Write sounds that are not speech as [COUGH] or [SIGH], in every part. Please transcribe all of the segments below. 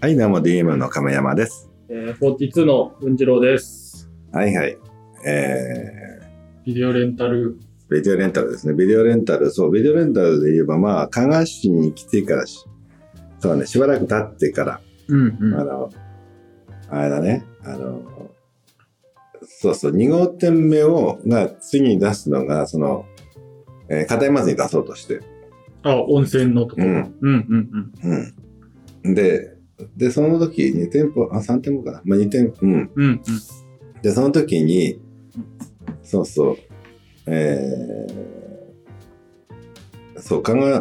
はい、どうも DM の亀山です。えー、42の文次郎です。はいはい。えビデオレンタル。ー、ビデオレンタルですね。ビデオレンタル、そう、ビデオレンタルで言えば、まあ、加賀市に来てからし、そうね、しばらく経ってから、うんうあの、あれだね、あの、そうそう、2号店目を、が、次に出すのが、その、えー、片山津に出そうとして、あ、温泉のところ。うんうんうんうん。で、で、その時、2店舗、あ、3店舗かな。まあ、2店舗、うん。うん。うんで、その時にうん、そうそう、えー、そう、考え、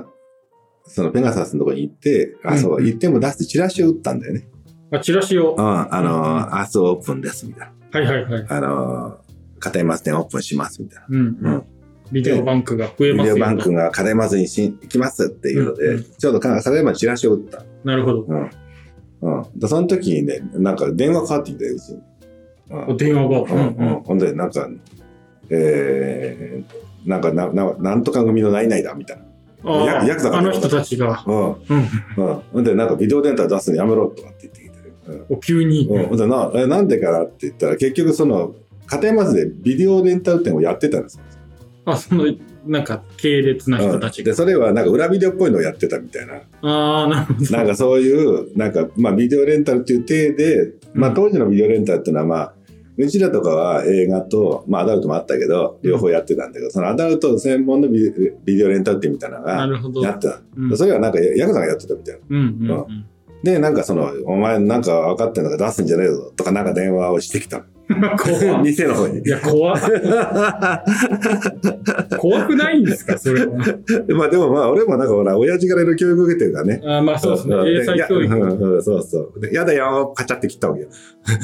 そのペガサスのところに行って、うあ、んそう、行っても出してチラシを打ったんだよね。うん。あ、チラシを。うはん、あのうんー、明日オープンです、みたいいはいはい。な。あのー、片山店オープンします、みたいな。うんうん。ビデオバンクが増えビますデよオと。バンクが片山にし行きますっていうので、うんうんちょうど片山にチラシを打った。なるほど。うん。うん。で、その時にね、なんか電話かかってきたよ、うちに。うんお電話が。うんうん、ほんでなんかえー、なんかなななんとか組のないないだみたいな、あヤクヤクザあかあの人たちが。うんうん。うん、ほんでなんかビデオデータ出すのやめろとかって言ってきて、うんお急に。うん、ほんでなえなんでかなって言ったら結局その片山津でビデオレンタル店をやってたんですよ、あ、その、なんか、系列なう人んたちでが。それはなんか裏ビデオっぽいのをやってたみたいなああ、なるほ [LAUGHS] なんど。かそういうなんか、まあ、ビデオレンタルっていう体で、まあ、うん当時のビデオレンタルっていうのはまあうちらとかは映画と、まあ、アダルトもあったけど両方やってたんだけど、そのアダルト専門のビデビデオレンタルってみたいなのながるほど。やってた、うんそれはなんかヤクザがやってたみたいなうんうんうん。でなんかその「お前なんか分かってんのから出すんじゃねえぞ」とかなんか電話をしてきた [LAUGHS] [LAUGHS] 怖っ店の方にい [LAUGHS] や、怖っ怖くないんですか、それは。まあでもまあ俺もなんかほら親父からいろいろ教育受けてるからねあーまあ、そうですね。英い才や教育。うんうんそうそうでやだよカチャって切った [LAUGHS] わけよ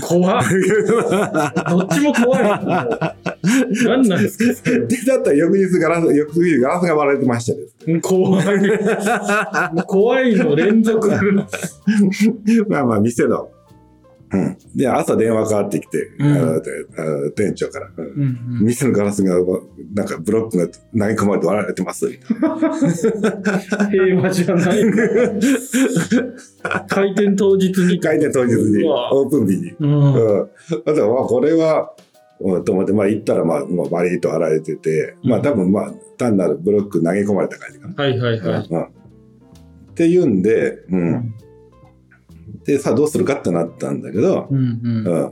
怖っどっちも怖いな。もう何なんですかそれで、だったら翌日ガラス、翌日ガラスが割れてましたです。もう怖い。もう怖いの連続。まあまあ、店の。うん。で、朝電話かかってきて、うんあのであの店長から、うんうんうん店のガラスが、なんかブロックが投げ込まれて割られてます。みたい平和じゃない。開店当日に。な開店当日に、うわオープン日に。うん。うんうん。あとは、まあ、これは、うん、と思って、まあ、行ったら、まあ、もうバリッと割られてて、まあ、多分、まあ、単なるブロック投げ込まれた感じかな。はいはいはい。うん。っていうんで、うん。で、さあ、どうするかってなったんだけど、うんうん。うん、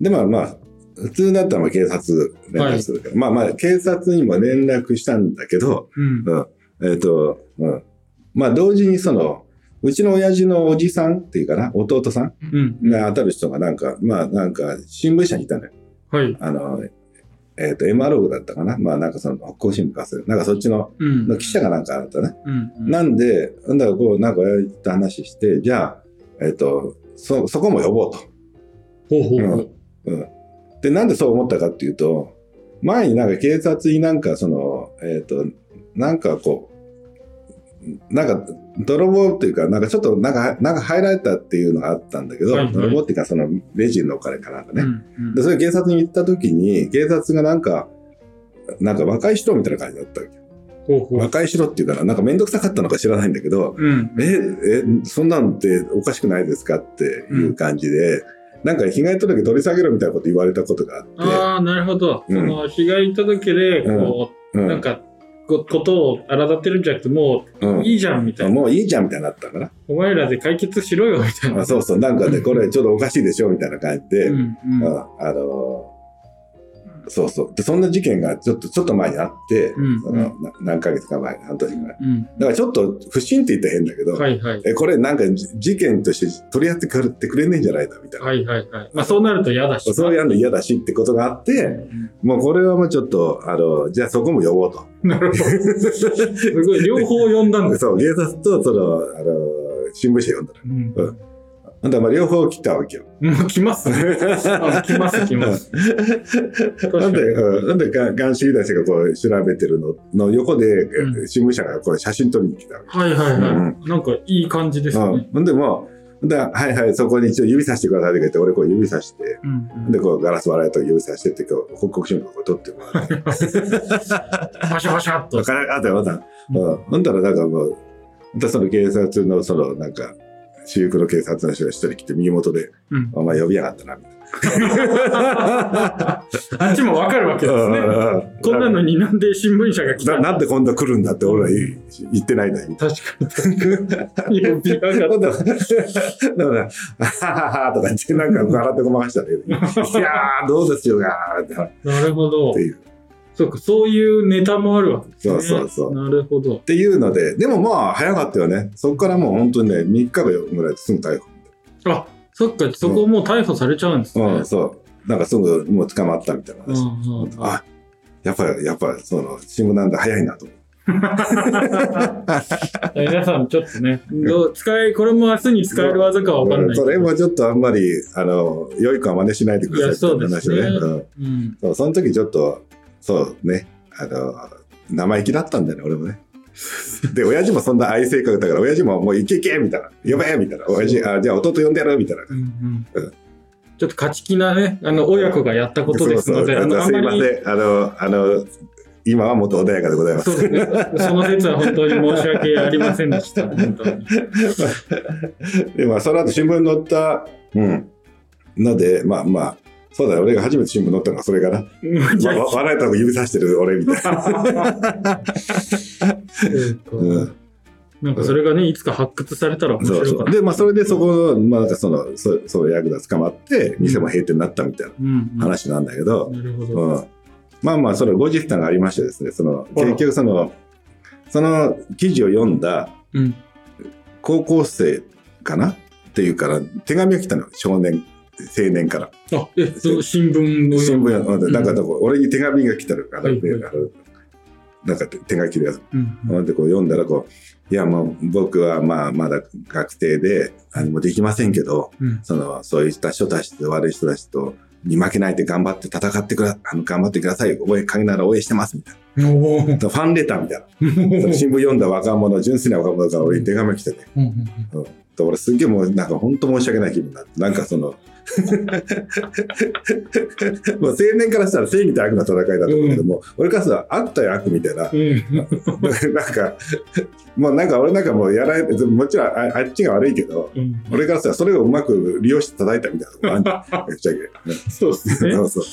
でまあまあ普通だったらまあ警察連絡するから、まあまあ警察にも連絡したんだけど、うんうんえっ、と、うん、まあ同時にそのうちの親父のおじさんっていうかな弟さんうん。が当たる人がなんかまあなんか新聞社にいたのよはい。あのえっ、と MRO だったかなまあなんかその北港新聞かするなんかそっちのうん。の記者がなんかあったね、うんうん。なんでなんだからこうなんか親父と話してじゃあえっ、とそそこも呼ぼうとほうほうほうう。で、なんでそう思ったかっていうと、前になんか警察になんかその、えっ、と、なんかこう、なんか泥棒っていうか、なんかちょっとなんか、なんか入られたっていうのがあったんだけど、はいはい泥棒っていうかそのレジのお金かなんかうね。んうんで、それ警察に行った時に、警察がなんか、なんか若い人みたいな感じだったわけ。ほうほう。若い人っていうから、なんかめんどくさかったのか知らないんだけど、うん。え、え、そんなんっておかしくないですかっていう感じで、なんか被害届取り下げろみたいなこと言われたことがあって、ああ、なるほど。うそんの被害届で、こうう、んなんか、こことを荒立てるんじゃなくて、もううんいいじゃんみたいな。もういいじゃんみたいになったのかお前らで解決しろよみたいな。な。あそうそう、なんかね、うんこれちょっとおかしいでしょみたいな感じで、ううんんうんあのーそうそう。で、そんな事件がちょっと、ちょっと前にあって、うんそのな何ヶ月か前、半年ぐらい。うんだからちょっと不審って言ったら変だけど、はいはい。え、これなんかじ事件として取り合ってくれてくれねえんじゃないかみたいな。はいはいはい。まあそうなると嫌だし。そうやるの嫌だしってことがあって、もうこれはもうちょっと、あの、じゃあそこも呼ぼうと。 [LAUGHS] なるほど。すごい、両方呼んだんです。そう、警察と、その、あの、新聞社呼んだのうんうあんたまあ両方来たわけよ。もう来ますね。あ来ます来ます。かになんで、うんなんでが、がん主義男性がこう調べてるのの横で、う新聞社がこう写真撮りに来たわけ。はいはいはうい。なんかいい感じですうね。ん、ほんでもう、ではいはい、そこに一応指さしてくださいって言って、俺こう指さして、うんうんで、こうガラス割られたと指さしてって、こう、北国新聞をこう撮ってもらって。バシャバシャっとわ。からん、あったよ、まだ。うん。ほんだら、なんかもう、ほんとその警察の、その、なんか、私服の警察の人が一人来て、右元で、うんお前呼びやがったな、みたいな。あっちもわかるわけですね。ねこんなのになんで新聞社が来たななんでこんな来るんだって俺は言言ってないんだよ。確かに。呼びやがだから、だから、はははとか言って、なんか笑ってごまかしたんだけど、いやー、どうですよがーっ [LAUGHS] なるほどて。いう。そうか、そういうネタもあるわけですね。そうそうそうなるほどっ。ていうので、でもまあ、早かったよね。そこからもう本当にね、3日か4日ぐらいですぐ逮捕。あ、そっか、そこもう逮捕されちゃうんですね。うん、そう。なんかすぐもう捕まったみたいなう話。んうんあ、やっぱ、やっぱ、その、新聞なんだ早いなと思って。皆さんちょっとね、どう使い、これも明日に使える技かは分かんないけそど。れもちょっとあんまり、あの、良い子は真似しないでくださいっていやそうで話ね。すねうんうん。そう、その時ちょっと、そうね、あの、生意気だったんだよね、俺も [LAUGHS] ね。で、親父もそんな愛性格だから、親父ももういけいけみたいな、呼べみたいな、親父、あ、じゃあ弟呼んでやるみたいな。うんうんうんちょっと勝ち気なね、あの、親子がやったことですので、そうそうあの、あすんまいまり、せん、あの、あの、今はもっと穏やかでございます。そうですね。その説は本当に申し訳ありませんでした。本当に。で、まあ、その後新聞に載った、うん、ので、まあまあ、そうだよ、俺が初めて新聞に載ったのはそれかな。じまゃあ、あわ [LAUGHS] 笑えたの指さしてる俺みたいな。うんなんかそれがね、いつか発掘されたら面そう白そかう。った。で、まあ、それでそこの、まあ、なんかその、そその役が捕まって、店も閉店になったみたいなうんうん話なんだけど、なるほうど。ん。まあまあ、その後日談がありましてですね、その、あら結局その、その記事を読んだうん。高校生かなっていうから、手紙が来たのよ、少年、青年から。あ、え、そう新聞の新聞屋うの、んなんかどこ、俺に手紙が来たのから、はいではいあのなんか手書きでやつ。うんうんほんでこう読んだらこう、いやもう僕はまあまだ学生で何もできませんけど、うんそのそういった人たちと悪い人たちとに負けないで頑張って戦ってくだ、あの頑張ってください。応援、陰ながら応援してますみたいおーな。ファンレターみたいな。そのう新聞読んだ若者、純粋な若者が俺に手紙来てね。んうんうんで俺すっげえもうなんか本当申し訳ない気分になって、なんかその、 [LAUGHS] もう青年からしたら正義と悪の戦いだと思うけども、俺からしたら悪対悪みたいな、 [LAUGHS] うんなんか、もうなんか俺なんかもうやられて、もちろんああっちが悪いけど、うん俺からさ、それをうまく利用して叩いたみたいなとこあんじゃんぶっちゃけ。そうです [LAUGHS] ねそ。うそう。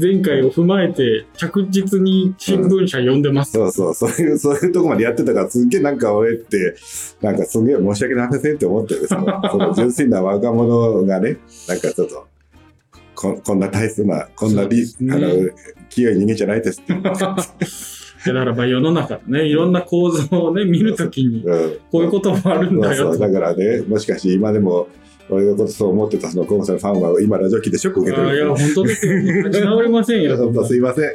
前回を踏まえて、着実に新聞社読んでます。そうそう。そういう、そういうとこまでやってたから、すっげえなんか俺って、なんかすげえ申し訳なさせんって思ってる。その、その純粋な若者がね、なんかちょっと、ここんな大切な、こんなり、そうですねあの、清い人間じゃないですって。いやだからまあ世の中のね、いろんな構造をね、見るときに、うんこういうこともあるんそだうそようと。だからね、もしかして今でも、俺のことそう思ってたそのコンサルファンは今ラジオ聞いてショック受けてあーいる。や、本当ですよ。立ち直れませんいやよ。本当すいいません。あ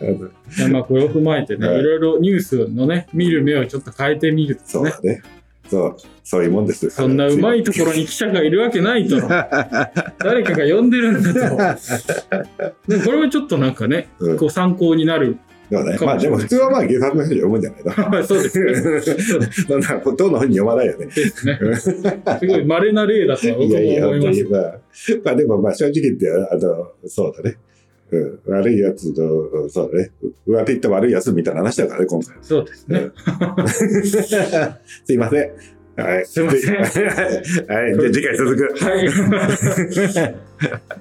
のやまあこれを踏まえてね、はいいろいろニュースのね、見る目をちょっと変えてみるそとうね。だね。そう、そういうもんです。そんなうまい。いところに記者がいるわけな [LAUGHS] いと。誰かが呼んでるんだと。でもこれはちょっとなんかね、うんこう参考に [LAUGHS] なる。そうだね。かもしれまあでもない普通はまあ警察の人に読むんじゃないのそうですね。そうでそんな、どの本に読まないよね。すね。すごい稀な例だとは僕いやいや、も思本い当まにます。あ、まあでもまあ正直言って、あの、そうだね。うん、悪いやつと、うんそうだね。悪いって悪いやつみたいな話だからね、今 [LAUGHS] 回。そうですね。すいません。 [LAUGHS] はい。すいませんはい。じゃあ次回続く。はい。